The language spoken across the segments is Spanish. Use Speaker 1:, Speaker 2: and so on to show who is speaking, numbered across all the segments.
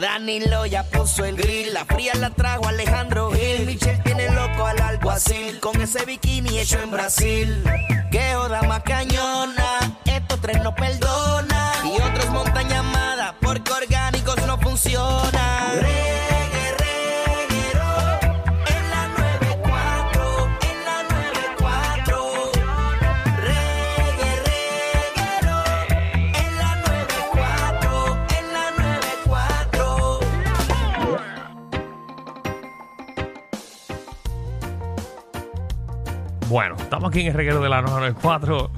Speaker 1: Danilo ya puso el grill. La fría la trajo Alejandro Gil. Michelle tiene loco al alguacil. Con ese bikini hecho en Brasil. Qué joda más cañona. Estos tres no perdonan. Y otros montan llamadas porque orgánicos no funcionan. Reggae, reguero. En la 94. En la 94. Reggae, reguero. En la 94. En la 94.
Speaker 2: Bueno, estamos aquí en el reguero de la 994.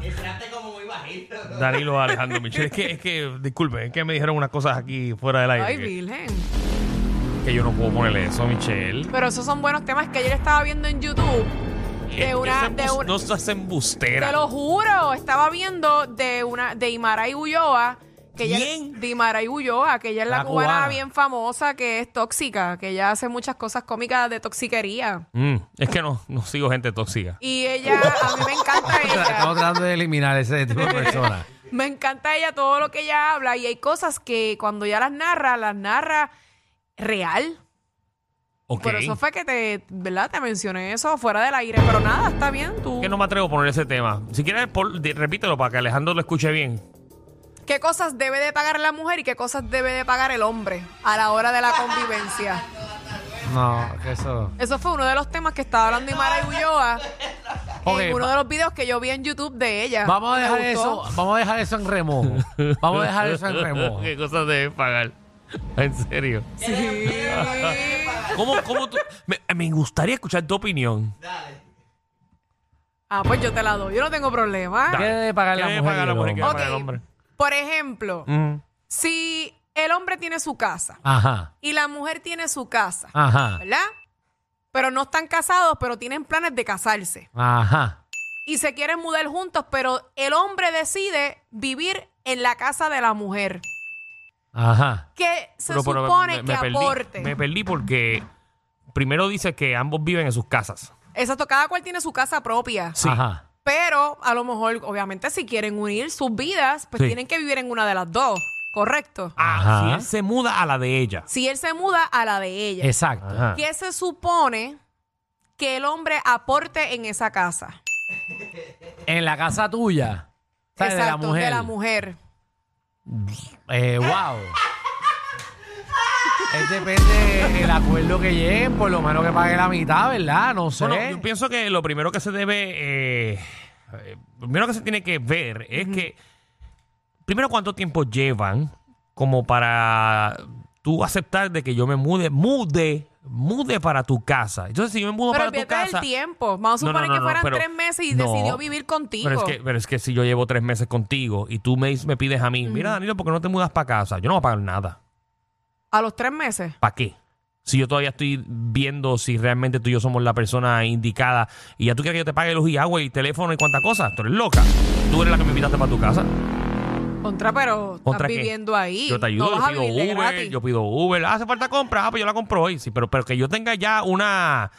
Speaker 2: Danilo Alejandro Michel. Es que, es que, disculpen, es que me dijeron unas cosas aquí fuera del aire.
Speaker 3: Ay,
Speaker 2: que,
Speaker 3: virgen.
Speaker 2: que yo no puedo ponerle eso, Michelle.
Speaker 3: Pero esos son buenos temas que ayer estaba viendo en YouTube.
Speaker 2: Eh,
Speaker 3: De una,
Speaker 2: esa
Speaker 3: de
Speaker 2: embus-
Speaker 3: una-
Speaker 2: No se hacen
Speaker 3: Te
Speaker 2: bustera.
Speaker 3: lo juro, estaba viendo de una de Imaray Ulloa, que ella
Speaker 2: ¿Quién?
Speaker 3: de Imaray Ulloa, que ella es la,
Speaker 2: La
Speaker 3: cubana,
Speaker 2: cubana.
Speaker 3: bien famosa, que es tóxica, que ella hace muchas cosas cómicas de toxiquería.
Speaker 2: Mm, es que no, no sigo gente tóxica.
Speaker 3: Y ella, a mí me encanta
Speaker 4: Estamos
Speaker 3: ella.
Speaker 4: tratando de eliminar ese tipo de personas.
Speaker 3: Me encanta ella todo lo que ella habla y hay cosas que cuando ella las narra, las narra real.
Speaker 2: Ok.
Speaker 3: Por eso fue que te, ¿verdad? Te mencioné eso fuera del aire, pero nada, está bien tú.
Speaker 2: que no me atrevo a poner ese tema. Si quieres, pon- di- repítelo para que Alejandro lo escuche bien.
Speaker 3: ¿Qué cosas debe de pagar la mujer y qué cosas debe de pagar el hombre a la hora de la convivencia?
Speaker 4: No, que eso.
Speaker 3: Eso fue uno de los temas que estaba hablando Imara Ulloa
Speaker 4: Ok,
Speaker 3: en uno
Speaker 4: va-
Speaker 3: de los videos que yo vi en YouTube de ella.
Speaker 4: vamos a
Speaker 3: Me
Speaker 4: dejar eso,
Speaker 3: gustó.
Speaker 4: vamos a dejar eso en remojo. Vamos a dejar eso en remojo.
Speaker 2: ¿Qué cosas debes pagar? En serio.
Speaker 3: Sí.
Speaker 2: ¿Cómo, cómo tú? Me, me gustaría escuchar tu opinión.
Speaker 3: Ah, pues yo te la doy. Yo no tengo problema.
Speaker 4: ¿Qué debe pagar
Speaker 2: ¿Qué
Speaker 4: la
Speaker 2: debe
Speaker 4: mujer
Speaker 2: pagar
Speaker 4: y
Speaker 2: la
Speaker 4: el
Speaker 2: mujer? ¿Qué debe
Speaker 3: Ok,
Speaker 2: pagar el hombre?
Speaker 3: Por ejemplo,
Speaker 2: Mm.
Speaker 3: si el hombre tiene su casa
Speaker 4: Ajá,
Speaker 3: y la mujer tiene su casa,
Speaker 4: ajá,
Speaker 3: ¿verdad? Pero no están casados, pero tienen planes de casarse.
Speaker 4: ajá.
Speaker 3: y se quieren mudar juntos, pero el hombre decide vivir en la casa de la mujer.
Speaker 4: Ajá.
Speaker 3: Que se
Speaker 2: Pero, pero,
Speaker 3: supone
Speaker 2: me- me
Speaker 3: que
Speaker 2: perdí,
Speaker 3: aporte.
Speaker 2: Me perdí porque primero dice que ambos viven en sus casas.
Speaker 3: Exacto, cada cual tiene su casa propia.
Speaker 2: Sí.
Speaker 4: Ajá.
Speaker 3: Pero a lo mejor, obviamente, si quieren unir sus vidas, pues
Speaker 2: Sí.
Speaker 3: tienen que vivir en una de las dos, ¿correcto?
Speaker 2: Ah,
Speaker 4: Ajá.
Speaker 2: si él se muda a la de ella.
Speaker 3: Si él se muda a la de ella,
Speaker 4: Exacto.
Speaker 2: Ajá.
Speaker 3: ¿qué se supone que el hombre aporte en esa casa?
Speaker 4: En la casa tuya. ¿sabes? de la
Speaker 3: Exacto,
Speaker 4: mujer.
Speaker 3: de la mujer.
Speaker 4: Eh, wow. Es depende del acuerdo que lleguen, por lo menos que pague la mitad, ¿verdad? No sé.
Speaker 2: Bueno, yo pienso que lo primero que se debe, eh, eh, lo primero que se tiene que ver es que, primero cuánto tiempo llevan como para tú aceptar de que yo me mude, mude, mude para tu casa. Entonces si yo me mudo
Speaker 3: Pero
Speaker 2: para tu
Speaker 3: olvídate
Speaker 2: casa...
Speaker 3: del tiempo. Vamos a
Speaker 2: No, no,
Speaker 3: suponer
Speaker 2: no,
Speaker 3: que
Speaker 2: no,
Speaker 3: fueran
Speaker 2: pero-
Speaker 3: tres meses y
Speaker 2: no.
Speaker 3: decidió vivir contigo.
Speaker 2: Pero es, que, pero es que si yo llevo tres meses contigo y tú me, dices- me pides a mí, mira Danilo, ¿por qué no te mudas para casa? Yo no voy a pagar nada.
Speaker 3: A los tres meses.
Speaker 2: ¿Para qué? Si yo todavía estoy viendo si realmente tú y yo somos la persona indicada y ya tú quieres que yo te pague luz y agua y teléfono y cuántas cosas, tú eres loca. Tú eres la que me invitaste para tu casa.
Speaker 3: Contra, pero estás
Speaker 2: ¿Contra qué?
Speaker 3: viviendo ahí.
Speaker 2: Yo te ayudo,
Speaker 3: No vas a
Speaker 2: yo
Speaker 3: vivir de
Speaker 2: pido Uber,
Speaker 3: gratis.
Speaker 2: yo pido Uber. Ah, Hace falta compra, ah, pues yo la compro hoy. Sí, pero, pero que yo tenga ya una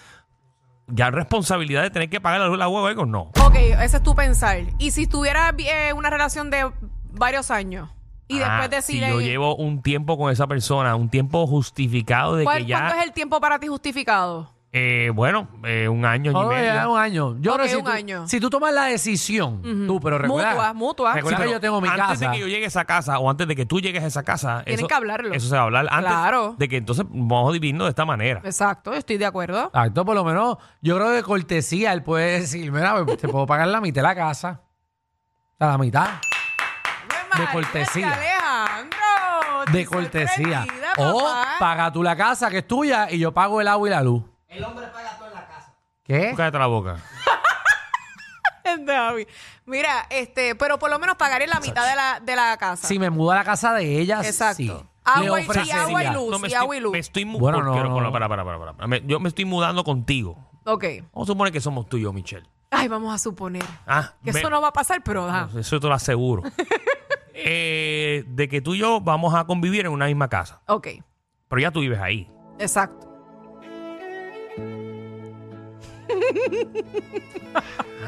Speaker 2: ya responsabilidad de tener que pagar la luz, la agua o algo, no.
Speaker 3: Ok, ese es tu pensar. Y si tuvieras eh, una relación de varios años y
Speaker 2: Ah,
Speaker 3: después eh, decides...
Speaker 2: Si yo llevo un tiempo con esa persona, un tiempo justificado de
Speaker 3: ¿cuál-
Speaker 2: que ya...
Speaker 3: ¿Cuánto es el tiempo para ti justificado?
Speaker 2: eh, bueno, eh, un año
Speaker 4: No,
Speaker 2: y
Speaker 4: no,
Speaker 2: medio.
Speaker 4: Oh, ya un año. Yo
Speaker 3: Ok,
Speaker 4: creo que si
Speaker 3: un
Speaker 4: tú,
Speaker 3: año.
Speaker 4: si tú tomas la decisión,
Speaker 2: Mm.
Speaker 4: tú, pero recuerda.
Speaker 3: Mutua, mutua.
Speaker 4: Recuerda
Speaker 2: Sí,
Speaker 4: que
Speaker 2: pero
Speaker 4: yo tengo mi
Speaker 2: antes
Speaker 4: casa.
Speaker 2: de que yo llegue a esa casa o antes de que tú llegues a esa casa,
Speaker 3: Tienen
Speaker 2: eso-
Speaker 3: que hablarlo.
Speaker 2: Eso se va a hablar antes
Speaker 3: Claro.
Speaker 2: de que entonces vamos a dividirnos de esta manera.
Speaker 3: Exacto, yo estoy de
Speaker 2: Ah,
Speaker 3: acuerdo.
Speaker 4: Exacto, por lo menos, yo creo que de cortesía él puede decir, mira, pues, te puedo pagar la mitad de la casa. O sea, la mitad.
Speaker 3: Ay,
Speaker 4: cortesía.
Speaker 3: Alejandro,
Speaker 4: De
Speaker 3: estoy
Speaker 4: cortesía.
Speaker 3: sorprendida,
Speaker 2: Oh,
Speaker 4: O
Speaker 3: papá.
Speaker 4: paga tú la casa que es tuya y yo pago el agua y la luz. El hombre paga todo en la casa.
Speaker 2: Cállate la boca.
Speaker 3: David, Mira, este, pero por lo menos pagaré la mitad de la, de la
Speaker 4: ¿Qué?
Speaker 3: casa.
Speaker 4: Si me mudo a la casa de ella,
Speaker 3: Exacto.
Speaker 4: sí.
Speaker 3: Agua
Speaker 4: Le
Speaker 3: y- y
Speaker 4: ofrecería.
Speaker 3: agua y luz.
Speaker 2: me
Speaker 3: y
Speaker 2: estoy,
Speaker 3: agua y luz.
Speaker 2: me estoy mu-
Speaker 4: Bueno,
Speaker 2: porque-
Speaker 4: no, no,
Speaker 2: bueno,
Speaker 4: no.
Speaker 2: para, para, para, para. Me- yo me estoy mudando contigo.
Speaker 3: Ok.
Speaker 2: Vamos a suponer que somos tú y yo, Michelle.
Speaker 3: Ay, vamos a suponer.
Speaker 2: Ah,
Speaker 3: Que
Speaker 2: ve-
Speaker 3: eso no va a pasar, pero ajá.
Speaker 2: eso te lo aseguro. Eh, de que tú y yo vamos a convivir en una misma casa.
Speaker 3: Ok,
Speaker 2: Pero ya tú vives ahí.
Speaker 3: exacto.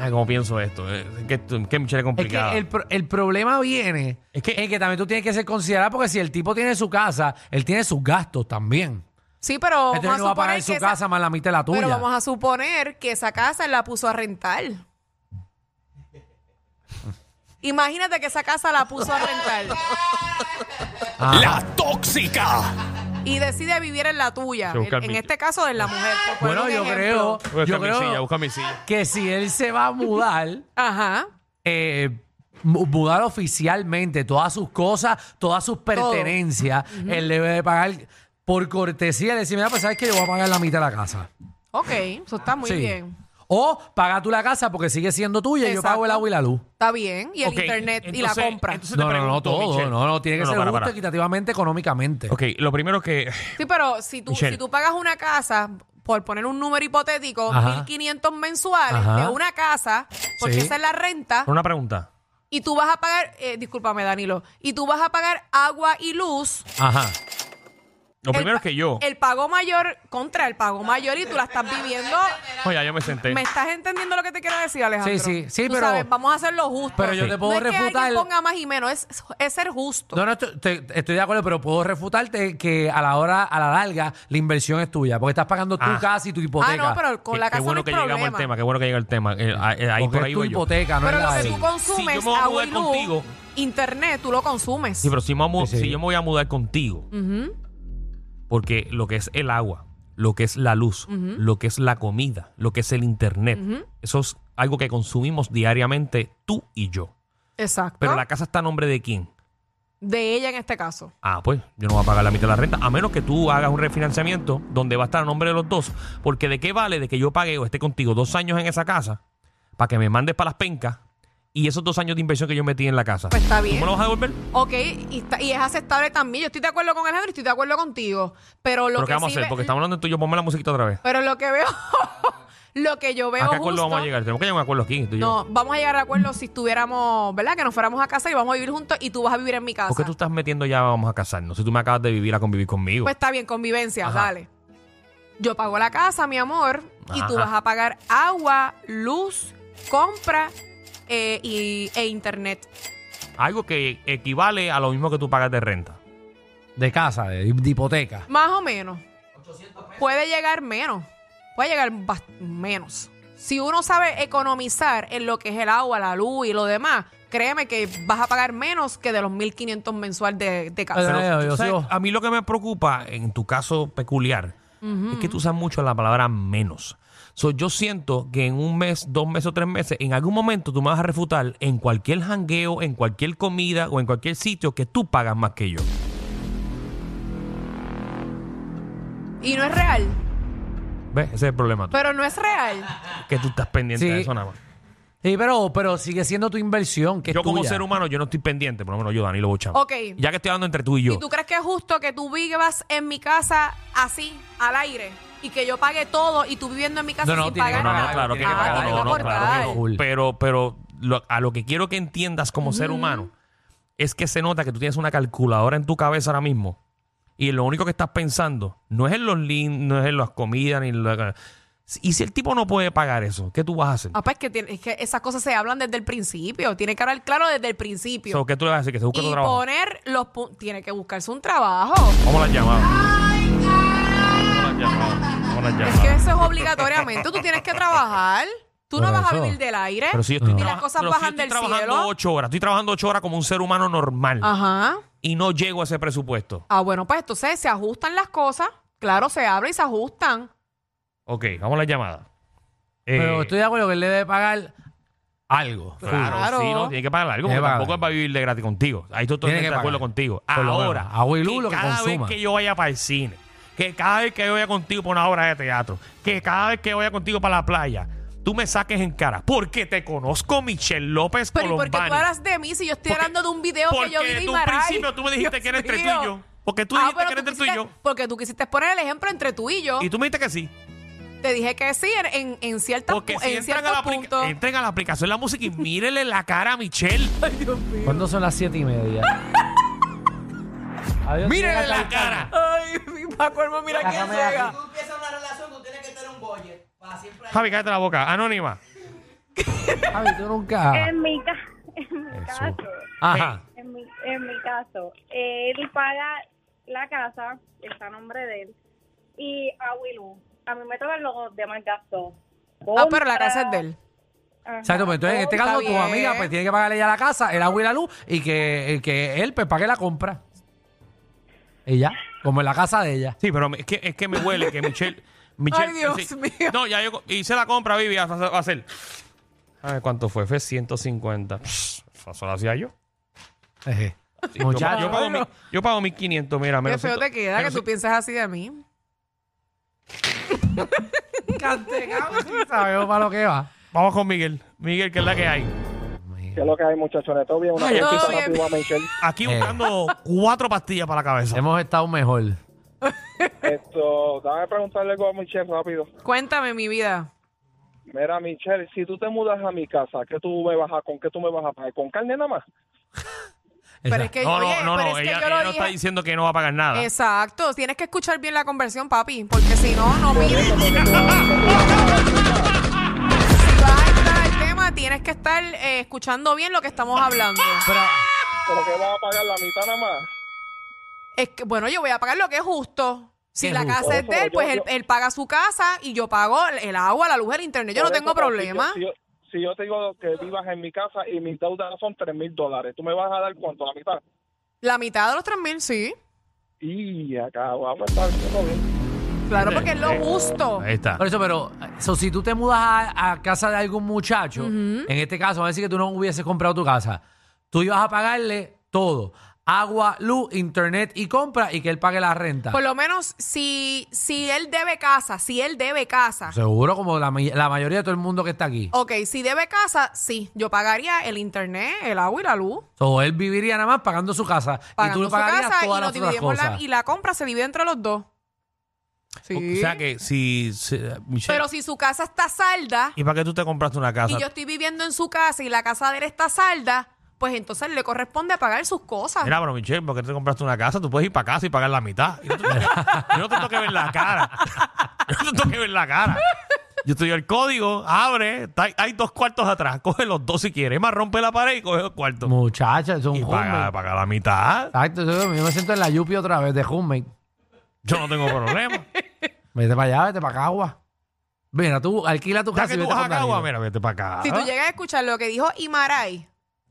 Speaker 2: Ay, Ah, ¿cómo pienso esto? Eh, Es que, esto- que Michelle es
Speaker 4: Es que
Speaker 2: complicado.
Speaker 4: el, pro- el problema viene
Speaker 2: Es que-
Speaker 4: en que también tú tienes que ser considerado porque si el tipo tiene su casa, él tiene sus gastos también.
Speaker 3: Sí, pero vamos
Speaker 4: Entonces
Speaker 3: a
Speaker 4: no Este va a pagar
Speaker 3: suponer
Speaker 4: en su
Speaker 3: que esa-
Speaker 4: casa más la mitad de la tuya.
Speaker 3: pero vamos a suponer que esa casa él la puso a rentar. Imagínate que esa casa la puso a rentar
Speaker 2: Ah.
Speaker 4: Ajá.
Speaker 5: La tóxica.
Speaker 3: y decide vivir en la tuya.
Speaker 2: Se busca el
Speaker 3: En, en
Speaker 2: bicho.
Speaker 3: este caso, en la mujer. por poner
Speaker 4: Bueno,
Speaker 3: un
Speaker 4: yo
Speaker 3: ejemplo.
Speaker 2: Busca
Speaker 4: creo, yo
Speaker 2: mi
Speaker 4: creo
Speaker 2: silla, busca mi silla.
Speaker 4: que si él se va a mudar,
Speaker 3: Ajá.
Speaker 4: eh, mu- mudar oficialmente todas sus cosas, todas sus pertenencias, él debe de pagar por cortesía, decir, mira, pues sabes que yo voy a pagar la mitad de la casa.
Speaker 3: Ok, eso está muy
Speaker 4: Sí.
Speaker 3: bien.
Speaker 4: O paga tú la casa porque sigue siendo tuya y yo
Speaker 3: Exacto.
Speaker 4: pago el agua y la luz.
Speaker 3: Está bien. Y el
Speaker 2: Ok,
Speaker 3: internet y la
Speaker 2: entonces-
Speaker 3: compra.
Speaker 2: entonces te
Speaker 4: No, no, no,
Speaker 2: pregunto,
Speaker 4: todo.
Speaker 2: Michelle.
Speaker 4: No, no, tiene que ser
Speaker 2: para,
Speaker 4: justo
Speaker 2: para.
Speaker 4: equitativamente, económicamente.
Speaker 2: Ok, lo primero que.
Speaker 3: Sí, pero si tú,
Speaker 2: Michelle.
Speaker 3: si tú pagas una casa, por poner un número hipotético,
Speaker 4: Ajá.
Speaker 3: 1.500 mensuales
Speaker 4: Ajá.
Speaker 3: de una casa, porque
Speaker 4: Sí.
Speaker 3: esa es la renta,
Speaker 2: Una pregunta.
Speaker 3: y tú vas a pagar, eh, discúlpame Danilo, y tú vas a pagar agua y luz,
Speaker 4: Ajá.
Speaker 2: Lo
Speaker 3: El
Speaker 2: primero
Speaker 3: pa-
Speaker 2: es que
Speaker 4: Oh.
Speaker 2: yo.
Speaker 3: el pago mayor contra el pago mayor y tú la estás viviendo.
Speaker 2: Oye, ya me senté.
Speaker 3: ¿Me estás entendiendo lo que te quiero decir, Alejandro?
Speaker 4: sí, sí,
Speaker 3: Tú
Speaker 4: pero-
Speaker 3: sabes, vamos a hacerlo justo.
Speaker 4: pero yo te puedo
Speaker 3: no Es que
Speaker 4: refutar-
Speaker 3: alguien ponga más y menos, es, es ser justo.
Speaker 4: No, no, estoy, estoy- estoy de acuerdo, pero puedo refutarte que a la hora, a la larga, la inversión es tuya, porque estás pagando tu
Speaker 2: Ah.
Speaker 4: casa y tu hipoteca.
Speaker 3: ah, no, pero con
Speaker 2: Qué-
Speaker 3: la
Speaker 2: qué
Speaker 3: casa
Speaker 2: bueno
Speaker 3: no
Speaker 2: que
Speaker 3: hay
Speaker 2: llegamos al
Speaker 3: problema.
Speaker 2: tema, qué bueno que llega el tema. El- a- el- ahí
Speaker 4: Porque
Speaker 2: por
Speaker 4: es
Speaker 2: ahí
Speaker 4: tu
Speaker 2: voy yo.
Speaker 4: hipoteca, no
Speaker 3: pero
Speaker 4: es
Speaker 3: lo
Speaker 4: la
Speaker 3: que
Speaker 4: de
Speaker 3: tú
Speaker 4: él.
Speaker 3: consumes,
Speaker 2: Sí, yo me voy a
Speaker 3: agua y
Speaker 2: mudar
Speaker 3: luz,
Speaker 2: contigo.
Speaker 3: internet, tú lo consumes.
Speaker 2: Sí, pero si, me voy a mu-
Speaker 4: Sí, sí.
Speaker 2: si yo me voy a mudar contigo,
Speaker 3: Ujú.
Speaker 2: porque lo que es el agua, lo que es la luz, lo que es la comida, lo que es el internet, eso es algo que consumimos diariamente tú y yo.
Speaker 3: Exacto.
Speaker 2: Pero la casa está a nombre de quién?
Speaker 3: De ella en este caso.
Speaker 2: Ah, pues yo no voy a pagar la mitad de la renta, a menos que tú hagas un refinanciamiento donde va a estar a nombre de los dos. Porque de qué vale de que yo pague o esté contigo dos años en esa casa para que me mandes para las pencas y esos dos años de inversión que yo metí en la casa.
Speaker 3: Pues está
Speaker 2: ¿Cómo
Speaker 3: bien.
Speaker 2: lo vas a devolver?
Speaker 3: Ok, y, está- y es aceptable también. Yo estoy de acuerdo con Alejandro y estoy de acuerdo contigo. Pero lo
Speaker 2: ¿Pero
Speaker 3: que
Speaker 2: qué vamos a
Speaker 3: sí
Speaker 2: hacer?
Speaker 3: ve-
Speaker 2: Porque estamos hablando de tuyo, ponme la musiquita otra vez.
Speaker 3: Pero lo que veo, lo que yo veo
Speaker 2: ¿A qué
Speaker 3: Pues, justo,
Speaker 2: acuerdo vamos a llegar? Tenemos que llegar a un acuerdo aquí. tú y yo.
Speaker 3: No, vamos a llegar a acuerdo si estuviéramos, ¿verdad? Que nos fuéramos a casa y vamos a vivir juntos y tú vas a vivir en mi casa.
Speaker 2: ¿Por qué tú estás metiendo ya vamos a casarnos? Si tú me acabas de vivir a convivir conmigo.
Speaker 3: Pues está bien, convivencia,
Speaker 2: Ajá.
Speaker 3: dale. Yo pago la casa, mi amor, y tú
Speaker 2: Ajá.
Speaker 3: vas a pagar agua, luz, compra eh, y, e internet.
Speaker 2: Algo que equivale a lo mismo que tú pagas de renta.
Speaker 4: De casa, de, de hipoteca.
Speaker 3: Más o menos. Puede llegar menos. Puede llegar bast- menos. Si uno sabe economizar en lo que es el agua, la luz y lo demás, créeme que vas a pagar menos que de los 1.500 mensual de, de casa.
Speaker 4: Pero- Ay,
Speaker 2: tú
Speaker 4: yo
Speaker 2: sabes,
Speaker 4: sigo.
Speaker 2: a mí lo que me preocupa en tu caso peculiar es que tú usas mucho la palabra menos. So, yo siento que en un mes, dos meses o tres meses, en algún momento tú me vas a refutar en cualquier jangueo, en cualquier comida o en cualquier sitio que tú pagas más que yo.
Speaker 3: Y no es real.
Speaker 2: ¿Ves? Ese es el problema. tú.
Speaker 3: Pero no es real.
Speaker 2: que tú estás pendiente
Speaker 4: Sí.
Speaker 2: de eso nada más.
Speaker 4: Sí, pero, pero sigue siendo tu inversión, que
Speaker 2: Yo
Speaker 4: es tuya.
Speaker 2: como ser humano, yo no estoy pendiente, por lo menos yo, Danilo Bocham.
Speaker 3: Ok.
Speaker 2: Ya que estoy hablando entre tú y yo.
Speaker 3: ¿Y tú crees que es justo que tú vivas en mi casa así, al aire? Y que yo pague todo y tú viviendo en mi casa
Speaker 4: No, no,
Speaker 3: sin
Speaker 4: tiene que
Speaker 2: No,
Speaker 3: pagar
Speaker 2: no,
Speaker 3: nada.
Speaker 2: no, claro que
Speaker 4: Ah,
Speaker 2: no,
Speaker 3: tiene
Speaker 2: no,
Speaker 3: que
Speaker 2: no, claro que no.
Speaker 3: aportar.
Speaker 4: Full.
Speaker 2: Pero, pero lo- a lo que quiero que entiendas como ser humano es que se nota que tú tienes una calculadora en tu cabeza ahora mismo y lo único que estás pensando no es en los links, no es en las comidas ni en la- Y si el tipo no puede pagar eso, ¿qué tú vas a hacer?
Speaker 3: Ah, pues que, tiene- es que esas cosas se hablan desde el principio. Tiene que hablar claro desde el
Speaker 2: O
Speaker 3: principio.
Speaker 2: sea, ¿Qué tú le vas a decir? Que se busque
Speaker 3: y
Speaker 2: otro trabajo.
Speaker 3: poner los puntos. Tiene que buscarse un trabajo.
Speaker 2: ¿Cómo la llamamos?
Speaker 3: Ah.
Speaker 2: ¿Cómo la llamamos? ¿Cómo la
Speaker 3: Es que
Speaker 2: llamamos?
Speaker 3: eso es obligatoriamente. Tú tienes que trabajar. Tú no
Speaker 4: Por
Speaker 3: vas a
Speaker 4: eso.
Speaker 3: vivir del aire.
Speaker 2: Pero si yo estoy,
Speaker 3: Ni
Speaker 2: traba-
Speaker 3: las
Speaker 2: pero
Speaker 3: cosas
Speaker 2: si yo
Speaker 3: bajan
Speaker 2: estoy
Speaker 3: del
Speaker 2: trabajando
Speaker 3: cielo. Ah.
Speaker 2: ocho horas, estoy trabajando ocho horas como un ser humano normal
Speaker 3: Ajá.
Speaker 2: y no llego a ese presupuesto.
Speaker 3: Ah, bueno, pues entonces se ajustan las cosas. Claro, se abre y se ajustan.
Speaker 2: Ok, vamos a la llamada.
Speaker 4: Pero
Speaker 2: Eh,
Speaker 4: estoy de acuerdo que él debe pagar algo.
Speaker 2: Pues Claro,
Speaker 3: Claro.
Speaker 2: sí, no, tiene que pagar algo,
Speaker 4: Tiene
Speaker 2: porque
Speaker 4: que pagar.
Speaker 2: tampoco va a vivir de gratis contigo. Ahí estoy
Speaker 4: Tiene
Speaker 2: totalmente
Speaker 4: que
Speaker 2: de acuerdo
Speaker 4: pagar.
Speaker 2: contigo.
Speaker 4: Por lo
Speaker 2: Ahora,
Speaker 4: menos. Agua y luz,
Speaker 2: que
Speaker 4: lo que
Speaker 2: cada
Speaker 4: consuma.
Speaker 2: vez que yo vaya para el cine, que cada vez que yo vaya contigo para una obra de teatro, que cada vez que vaya contigo para la playa, tú me saques en cara, porque te conozco Michelle López
Speaker 3: Pero ¿y por qué
Speaker 2: Colombani.
Speaker 3: tú hablas de mí si yo estoy
Speaker 2: Porque-
Speaker 3: hablando de un video que yo vi
Speaker 2: Porque
Speaker 3: de
Speaker 2: desde un
Speaker 3: Imaray?
Speaker 2: principio tú me dijiste
Speaker 3: Dios
Speaker 2: que era entre tú
Speaker 3: mío.
Speaker 2: y yo. Porque tú
Speaker 3: Ah,
Speaker 2: dijiste
Speaker 3: pero
Speaker 2: que era entre tú y
Speaker 3: quisiste-
Speaker 2: yo.
Speaker 3: Porque tú quisiste poner el ejemplo entre tú y yo.
Speaker 2: Y tú me dijiste que sí.
Speaker 3: Te dije que sí en, en, en ciertas
Speaker 2: Porque
Speaker 3: pu-
Speaker 2: si
Speaker 3: en
Speaker 2: entran a, la
Speaker 3: ciertos
Speaker 2: aplica-
Speaker 3: puntos.
Speaker 2: entren a la aplicación de la música y mírenle la cara a Michelle.
Speaker 4: ¿Cuándo son las siete y media? Adiós,
Speaker 2: Mírenle
Speaker 4: llega
Speaker 2: la
Speaker 4: tarde.
Speaker 2: cara.
Speaker 3: Ay, mi Paco, hermano, mira quién
Speaker 4: Sácame de
Speaker 3: llega.
Speaker 4: aquí.
Speaker 1: Tú empiezas una relación, tú tienes que tener un budget. Para
Speaker 2: Javi, cállate la boca. Anónima.
Speaker 4: Javi, tú nunca.
Speaker 3: Eh,
Speaker 5: En mi, ca- en mi
Speaker 2: Eso.
Speaker 5: caso,
Speaker 4: Ajá.
Speaker 5: en mi, en mi caso, eh, él paga la casa, está a nombre de él, y a Willu. A mí me tocan los demás gastos.
Speaker 3: Ah, pero la casa es de él.
Speaker 5: Ajá.
Speaker 4: Exacto, pues entonces en este
Speaker 3: Está
Speaker 4: caso tu
Speaker 3: bien.
Speaker 4: amiga pues tiene que pagarle ya la casa, el agua y la luz y que, eh, que él pues pague la compra. Y ya, como en la casa de ella.
Speaker 2: Sí, pero me- es que, es que me huele que Michelle. Michelle
Speaker 3: Ay, Dios
Speaker 2: sí.
Speaker 3: mío.
Speaker 2: No, ya yo co- hice la compra, Vivi, a, a hacer. A ver cuánto fue. Fue 150. Pff, Eso lo hacía yo.
Speaker 4: Eje.
Speaker 2: Sí, yo,
Speaker 4: Muchacho.
Speaker 2: yo pago, mi- yo pago 1500, mira.
Speaker 3: Qué
Speaker 2: menos
Speaker 3: feo
Speaker 2: ciento-
Speaker 3: te queda que
Speaker 2: menos
Speaker 3: tú piensas así de mí.
Speaker 4: Cante, cabrón, sí sabemos para lo que va.
Speaker 2: Vamos con Miguel. Miguel, que es la que hay.
Speaker 6: ¿Qué es lo que hay, muchachones? ¿Todo bien? Una
Speaker 2: Ay,
Speaker 6: preguntita
Speaker 3: todo bien.
Speaker 6: rápido a Michelle.
Speaker 2: Aquí
Speaker 4: Eh.
Speaker 2: buscando cuatro pastillas para la cabeza.
Speaker 4: Hemos estado mejor.
Speaker 6: Esto, dame preguntarle algo a Michelle rápido.
Speaker 3: Cuéntame mi vida.
Speaker 6: Mira, Michelle, si tú te mudas a mi casa, ¿qué tú me vas a, ¿con qué tú me vas a pagar? ¿Con carne nada más?
Speaker 3: Pero es que,
Speaker 2: no,
Speaker 3: oye,
Speaker 2: no, no,
Speaker 3: pero
Speaker 2: no.
Speaker 3: es que
Speaker 2: Ella,
Speaker 3: yo
Speaker 2: ella
Speaker 3: lo
Speaker 2: no
Speaker 3: dije.
Speaker 2: está diciendo que no va a pagar nada.
Speaker 3: Exacto, tienes que escuchar bien la conversión, papi, porque si no, no mide. si vas a entrar al tema, tienes que estar eh, escuchando bien lo que estamos hablando.
Speaker 4: Pero,
Speaker 6: ¿Pero qué vas a pagar la mitad nada más?
Speaker 3: Es que, bueno, yo voy a pagar lo que es justo. Si
Speaker 4: ¿Qué
Speaker 3: la
Speaker 4: justo?
Speaker 3: casa es
Speaker 6: Eso,
Speaker 3: de él,
Speaker 6: yo-
Speaker 3: pues
Speaker 6: yo-
Speaker 3: él, él paga su casa y yo pago el- el agua, la luz, el internet. Yo no
Speaker 6: Por
Speaker 3: tengo
Speaker 6: eso, pero si
Speaker 3: problema.
Speaker 6: yo- Si yo, si yo te digo que vivas en mi casa y mis deudas son 3 mil dólares, ¿tú me vas a dar cuánto? ¿La mitad?
Speaker 3: La mitad de los 3.000, mil, sí.
Speaker 6: Y acá vamos a estar todo bien.
Speaker 3: Claro, porque es lo
Speaker 2: Eh,
Speaker 3: justo.
Speaker 2: Ahí está.
Speaker 4: por eso, pero, so, si tú te mudas a, a casa de algún muchacho, en este caso, vamos a decir que tú no hubieses comprado tu casa, tú ibas a pagarle todo: agua, luz, internet y compra, y que él pague la renta.
Speaker 3: Por lo menos si, si él debe casa, si él debe casa.
Speaker 4: Seguro, como la, mi- la mayoría de todo el mundo que está aquí.
Speaker 3: Ok, si debe casa, sí. Yo pagaría el internet, el agua y la luz.
Speaker 4: O él viviría nada más pagando su casa.
Speaker 3: Pagando
Speaker 4: y tú
Speaker 3: su
Speaker 4: pagarías
Speaker 3: casa y
Speaker 4: todas
Speaker 3: nos
Speaker 4: las otras
Speaker 3: dividimos
Speaker 4: cosas.
Speaker 3: la, y la compra se divide entre los dos. Sí.
Speaker 2: O sea que si. si- eh, Michelle,
Speaker 3: Pero si su casa está salda
Speaker 2: ¿Y para qué tú te compraste una casa?
Speaker 3: y yo estoy viviendo en su casa y la casa de él está salda, pues entonces le corresponde pagar sus cosas.
Speaker 2: Mira, pero Michelle, ¿por qué te compraste una casa? Tú puedes ir para casa y pagar la mitad. Yo no te tengo que- yo no te tengo que ver la cara. Yo no te tengo que ver la cara. Yo te doy el código, abre, está- hay dos cuartos atrás, coge los dos si quieres. Es Más rompe la pared y coge los cuartos.
Speaker 4: Muchacha, eso es
Speaker 2: Y
Speaker 4: un
Speaker 2: paga,
Speaker 4: hombre.
Speaker 2: paga la mitad.
Speaker 4: Exacto, eso- yo me siento en la Yupi otra vez de Hummer.
Speaker 2: Yo no tengo problema.
Speaker 4: Vete para allá, vete para Cagua. Mira, tú alquila tu
Speaker 2: Ya
Speaker 4: casa
Speaker 2: que
Speaker 4: y
Speaker 2: tú
Speaker 4: vete
Speaker 2: vas a
Speaker 4: con Danilo.
Speaker 2: Cagua, mira, vete para acá.
Speaker 3: Si tú llegas a escuchar lo que dijo Imaray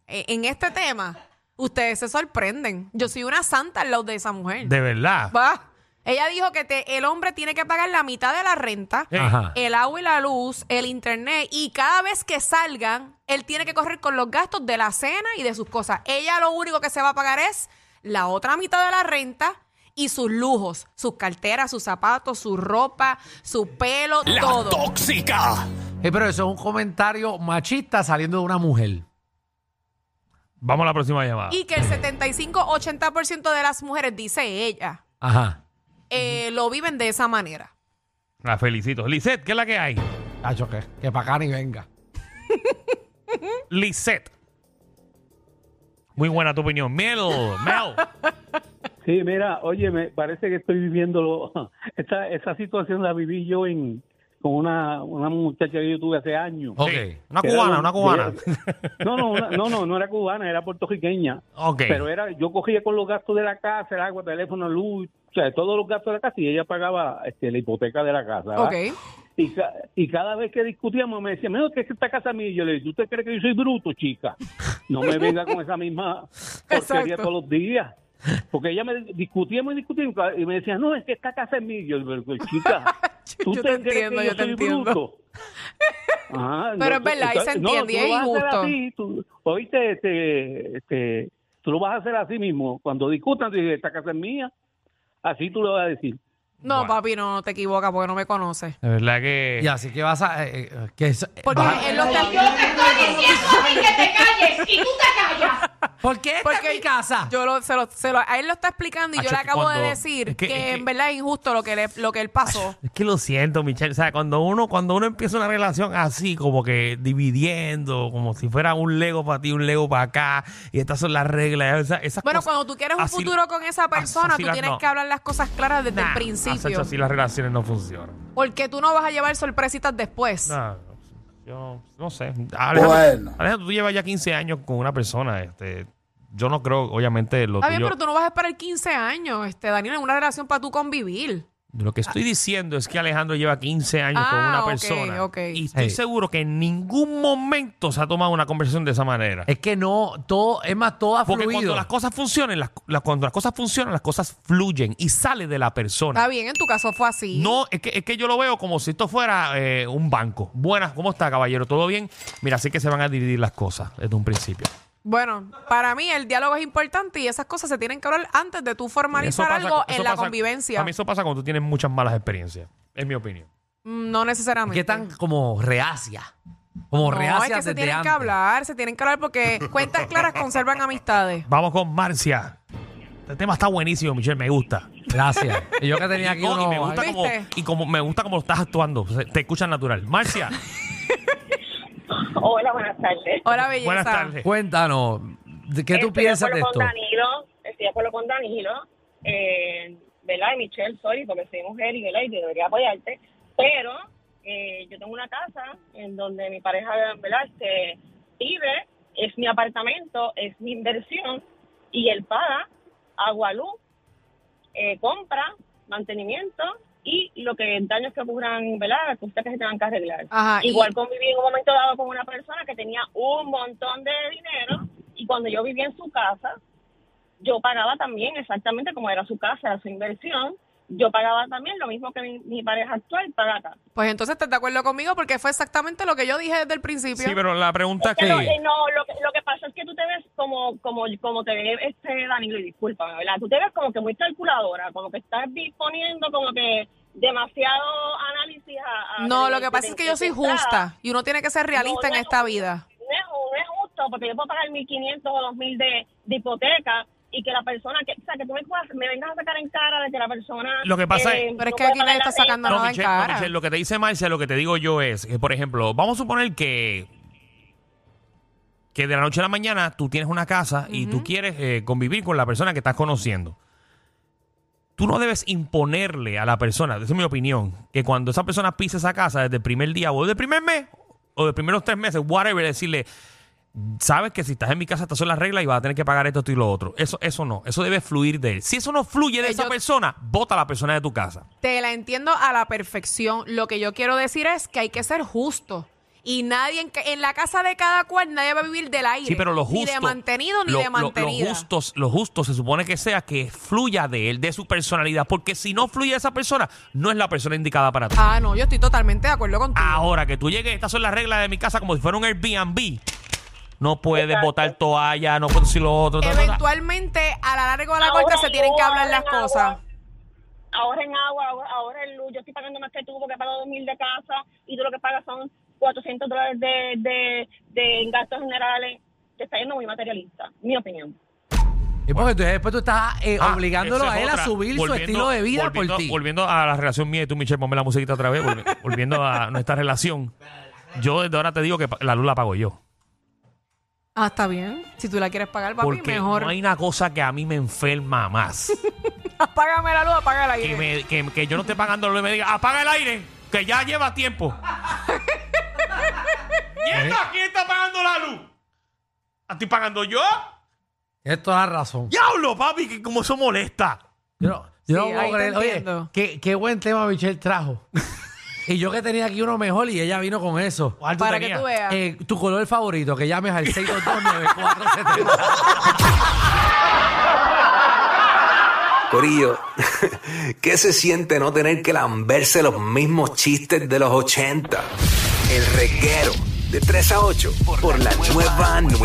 Speaker 3: eh, en este tema, ustedes se sorprenden. Yo soy una santa al lado de esa mujer.
Speaker 2: De verdad.
Speaker 3: Va. Ella dijo que te- el hombre tiene que pagar la mitad de la renta,
Speaker 2: Ey,
Speaker 7: Ah.
Speaker 4: Ajá.
Speaker 3: el agua y la luz, el internet, y cada vez que salgan, él tiene que correr con los gastos de la cena y de sus cosas. Ella lo único que se va a pagar es la otra mitad de la renta y sus lujos, sus carteras, sus zapatos, su ropa, su pelo, todo.
Speaker 4: Eh, pero eso es un comentario machista saliendo de una mujer.
Speaker 2: Vamos a la próxima llamada.
Speaker 3: Y que el 75-80% de las mujeres, dice ella,
Speaker 4: Ajá.
Speaker 3: eh, lo viven de esa manera.
Speaker 2: La felicito. Lisette, ¿qué es la que hay?
Speaker 4: Tacho, que, que para acá ni venga.
Speaker 2: Lisette. Muy buena tu opinión. Mel, Mel.
Speaker 7: Sí, mira, oye, me parece que estoy viviendo lo- esta, esa situación la viví yo en con una, una muchacha que yo tuve hace años.
Speaker 4: Ok.
Speaker 2: Sí. Oh, Una
Speaker 7: Que era
Speaker 2: cubana,
Speaker 7: un-
Speaker 2: una cubana.
Speaker 7: No, no, una- no, no, no era cubana, era puertorriqueña.
Speaker 2: Ok.
Speaker 7: Pero era, yo cogía con los gastos de la casa, el agua, teléfono, luz, o sea, todos los gastos de la casa y ella pagaba este, la hipoteca de la casa. ¿verdad?
Speaker 3: ¿Ok?
Speaker 7: Y, ca- y cada vez que discutíamos me decía, mejor que es esta casa mía. Y yo le dije, ¿usted cree que yo soy bruto, chica? No me venga con esa misma porquería
Speaker 3: Exacto.
Speaker 7: todos los días. Porque ella me discutíamos y discutíamos y me decía, no, es que esta casa es mía. Y yo le digo, chica,
Speaker 3: Yo-
Speaker 7: ¿tú
Speaker 3: yo
Speaker 7: te,
Speaker 3: te
Speaker 7: crees
Speaker 3: entiendo,
Speaker 7: que
Speaker 3: yo
Speaker 7: yo,
Speaker 3: te
Speaker 7: soy
Speaker 3: entiendo.
Speaker 7: bruto? Ah,
Speaker 3: Pero es verdad, ahí se
Speaker 7: entonces, no,
Speaker 3: entiende,
Speaker 7: tú
Speaker 3: y es
Speaker 7: lo vas a hacer
Speaker 3: injusto.
Speaker 7: así, tú- oíste, este, este, tú lo vas a hacer así mismo. Cuando discutan, tú dices, esta casa es mía. Así tú le vas a decir.
Speaker 3: No,
Speaker 2: Bueno.
Speaker 3: papi, no, no te equivocas porque no me conoces.
Speaker 2: De verdad que.
Speaker 4: Y así que vas a. eh, eh, que es-
Speaker 3: Porque
Speaker 4: vas-
Speaker 3: él lo está...
Speaker 8: Yo te estoy diciendo a ti que te calles y tú te callas.
Speaker 4: ¿Por qué esta es mi casa?
Speaker 3: Yo lo, se lo, se lo- a él lo está explicando y
Speaker 2: Acho,
Speaker 3: yo le
Speaker 2: es que
Speaker 3: acabo
Speaker 2: cuando-
Speaker 3: de decir
Speaker 2: es que-
Speaker 3: que,
Speaker 2: es que-
Speaker 3: en verdad es injusto lo que, le- lo que él pasó.
Speaker 2: Es que lo siento, Michelle. O sea, cuando uno, cuando uno empieza una relación así, como que dividiendo, como si fuera un Lego para ti, un Lego para acá, y estas son las reglas. esa- esas
Speaker 3: Bueno,
Speaker 2: cosas-
Speaker 3: cuando tú quieres un
Speaker 2: así-
Speaker 3: futuro con esa persona,
Speaker 2: así
Speaker 3: tú
Speaker 2: las-
Speaker 3: tienes
Speaker 2: no.
Speaker 3: que hablar las cosas claras desde el
Speaker 2: Nah,
Speaker 3: principio.
Speaker 2: Sacho, así las relaciones no funcionan.
Speaker 3: Porque tú no vas a llevar sorpresitas después.
Speaker 2: No, yo no sé. Alejandro, Alejandro, tú llevas ya 15 años con una persona. Este, yo no creo, obviamente, lo
Speaker 3: Está bien,
Speaker 2: tuyo.
Speaker 3: pero tú no vas a esperar 15 años, este, Daniel, en una relación para tú convivir.
Speaker 2: Lo que estoy diciendo es que Alejandro lleva 15 años con
Speaker 3: Ah,
Speaker 2: una
Speaker 3: ok,
Speaker 2: persona.
Speaker 3: ok.
Speaker 2: Y estoy
Speaker 4: Sí.
Speaker 2: seguro que en ningún momento se ha tomado una conversación de esa manera.
Speaker 4: Es que no, todo, es más, todo ha
Speaker 2: Porque
Speaker 4: fluido.
Speaker 2: cuando las cosas funcionan, las, las- cuando las cosas funcionan, las cosas fluyen y sale de la
Speaker 3: Está
Speaker 2: persona.
Speaker 3: bien, en tu caso fue así.
Speaker 2: No, es que, es que yo lo veo como si esto fuera eh, un banco. Buenas, ¿cómo está, caballero? ¿Todo bien? Mira, así que se van a dividir las cosas desde un principio.
Speaker 3: Bueno, para mí el diálogo es importante y esas cosas se tienen que hablar antes de tú
Speaker 2: Eso
Speaker 3: formalizar
Speaker 2: pasa-
Speaker 3: algo
Speaker 2: eso
Speaker 3: en la
Speaker 2: pasa-
Speaker 3: convivencia.
Speaker 2: A mí eso pasa cuando tú tienes muchas malas experiencias, es mi opinión.
Speaker 3: Mm, No necesariamente.
Speaker 4: ¿Qué tan como reacia? Como
Speaker 3: no,
Speaker 4: reacia
Speaker 3: es que se
Speaker 4: desde
Speaker 3: tienen que
Speaker 4: antes.
Speaker 3: hablar, se tienen que hablar porque cuentas claras conservan amistades.
Speaker 2: Vamos con Marcia. Este tema está buenísimo, Michelle, me gusta.
Speaker 4: Gracias. Y yo que tenía aquí
Speaker 2: No, y
Speaker 4: uno-
Speaker 2: me gusta
Speaker 3: ¿Viste?
Speaker 2: como, y como me gusta como estás actuando, se- te escuchas natural. Marcia,
Speaker 5: Hola, buenas tardes.
Speaker 3: Hola, belleza.
Speaker 2: buenas tardes.
Speaker 4: Cuéntanos, ¿de ¿qué tú
Speaker 5: Estoy
Speaker 4: piensas
Speaker 5: de
Speaker 4: de
Speaker 5: acuerdo
Speaker 4: esto?
Speaker 5: con Danilo, estoy de acuerdo con Danilo, eh, ¿verdad? Y Michelle, sorry, porque soy mujer y, ¿verdad? y debería apoyarte, pero eh, yo tengo una casa en donde mi pareja, ¿verdad? Este, vive, es mi apartamento, es mi inversión y él paga agua, luz, eh, compra, mantenimiento y lo que daños que ocurran, ¿verdad? Que ustedes tengan que arreglar.
Speaker 3: Ajá, y-
Speaker 5: Igual conviví en un momento dado con una persona que tenía un montón de dinero y cuando yo vivía en su casa, yo pagaba también exactamente como era su casa, era su inversión, yo pagaba también lo mismo que mi, mi pareja actual paga acá.
Speaker 3: Pues entonces estás de acuerdo conmigo porque fue exactamente lo que yo dije desde el principio.
Speaker 2: Sí, pero la pregunta es
Speaker 5: Que no,
Speaker 2: que...
Speaker 5: eh, no, lo, que- lo que pasa es que tú te ves como como como te ve este Danilo, y discúlpame, ¿verdad? Tú te ves como que muy calculadora, como que estás disponiendo como que demasiado análisis a... a-
Speaker 3: no, lo
Speaker 5: de-
Speaker 3: que pasa es que yo soy
Speaker 5: de- de-
Speaker 3: justa y uno tiene que ser realista
Speaker 5: No,
Speaker 3: en
Speaker 5: no,
Speaker 3: esta vida.
Speaker 5: No es, no es justo porque yo puedo pagar 1.500 o 2.000 de, de hipoteca y que la persona, que, o sea, que tú me, puedas- me vengas a sacar en cara de que la persona...
Speaker 2: Lo que pasa es-
Speaker 3: Pero es
Speaker 5: no
Speaker 3: que
Speaker 5: puede
Speaker 3: aquí nadie
Speaker 5: pagar la
Speaker 3: está sacando
Speaker 5: renta.
Speaker 3: nada en cara.
Speaker 2: Michelle, lo que te dice Marcia, lo que te digo yo es, que, por ejemplo, vamos a suponer que que de la noche a la mañana tú tienes una casa y tú quieres eh, convivir con la persona que estás conociendo. Tú no debes imponerle a la persona, esa es mi opinión, que cuando esa persona pise esa casa desde el primer día o desde el primer mes o de los primeros tres meses, whatever, decirle, sabes que si estás en mi casa estas son las reglas y vas a tener que pagar esto, esto y lo otro. Eso, eso no, eso debe fluir de él. Si eso no fluye de
Speaker 3: Eh,
Speaker 2: esa
Speaker 3: yo-
Speaker 2: persona, vota a la persona de tu casa.
Speaker 3: Te la entiendo a la perfección. Lo que yo quiero decir es que hay que ser justo. Y nadie en, ca- en la casa de cada cual nadie va a vivir del aire.
Speaker 2: Sí, pero lo justo.
Speaker 3: Ni de mantenido ni
Speaker 2: lo-
Speaker 3: de
Speaker 2: lo- lo
Speaker 3: mantenida.
Speaker 2: justo, lo justo se supone que sea que fluya de él, de su personalidad. Porque si no fluye esa persona, no es la persona indicada para ti.
Speaker 3: Ah, no, yo estoy totalmente de acuerdo contigo.
Speaker 2: Ahora que tú llegues, estas son las reglas de mi casa como si fuera un Airbnb. No puedes botar toalla, no puedes decir lo otro. ta, ta, ta.
Speaker 3: Eventualmente, a la larga o a la corta,
Speaker 5: Ahora
Speaker 3: se tienen que
Speaker 5: yo,
Speaker 3: hablar las
Speaker 5: ahora en
Speaker 3: cosas.
Speaker 5: agua, Ahora en agua, ahora, ahora en luz, yo estoy pagando más que tú porque pago 2.000 de casa y tú lo que pagas son 400 dólares de, de, de gastos generales. Te está yendo muy materialista, mi opinión.
Speaker 4: Y porque entonces después tú estás eh,
Speaker 2: Ah,
Speaker 4: obligándolo
Speaker 2: esa
Speaker 4: a
Speaker 2: es
Speaker 4: él
Speaker 2: otra.
Speaker 4: a subir su
Speaker 2: Volviendo-
Speaker 4: estilo de vida
Speaker 2: volviendo-
Speaker 4: por ti.
Speaker 2: Volviendo a la relación mía y tú, Michelle, ponme la musiquita otra vez. volvi- volviendo a nuestra relación. Yo desde ahora te digo que pa- la luz la pago yo.
Speaker 3: Ah, está bien. Si tú la quieres pagar, papi,
Speaker 2: Porque
Speaker 3: mejor.
Speaker 2: no hay una cosa que a mí me enferma más.
Speaker 3: Apágame la luz, apaga el
Speaker 2: que,
Speaker 3: aire.
Speaker 2: me- que- que yo no esté pagando lo que me diga, apaga el aire, que ya lleva tiempo. ¡Mierda! ¿Quién está pagando la luz? ¿La ¿Estoy pagando yo?
Speaker 4: Tienes toda la razón.
Speaker 2: ¡Diablo, papi! Que como eso molesta.
Speaker 4: Yo no, yo no
Speaker 3: Sí, ahí
Speaker 4: puedo
Speaker 3: te
Speaker 4: creer. Oye,
Speaker 3: entiendo.
Speaker 4: qué, qué buen tema Michelle trajo. y yo que tenía aquí uno mejor y ella vino con eso.
Speaker 2: ¿Cuál
Speaker 3: Para que
Speaker 2: tenías?
Speaker 3: tú veas.
Speaker 4: Eh, tu color favorito, que llames al 622-9470.
Speaker 8: Corillo, ¿qué se siente no tener que lamberse los mismos chistes de los 80? El reguero de 3 a 8 por la nueva 9.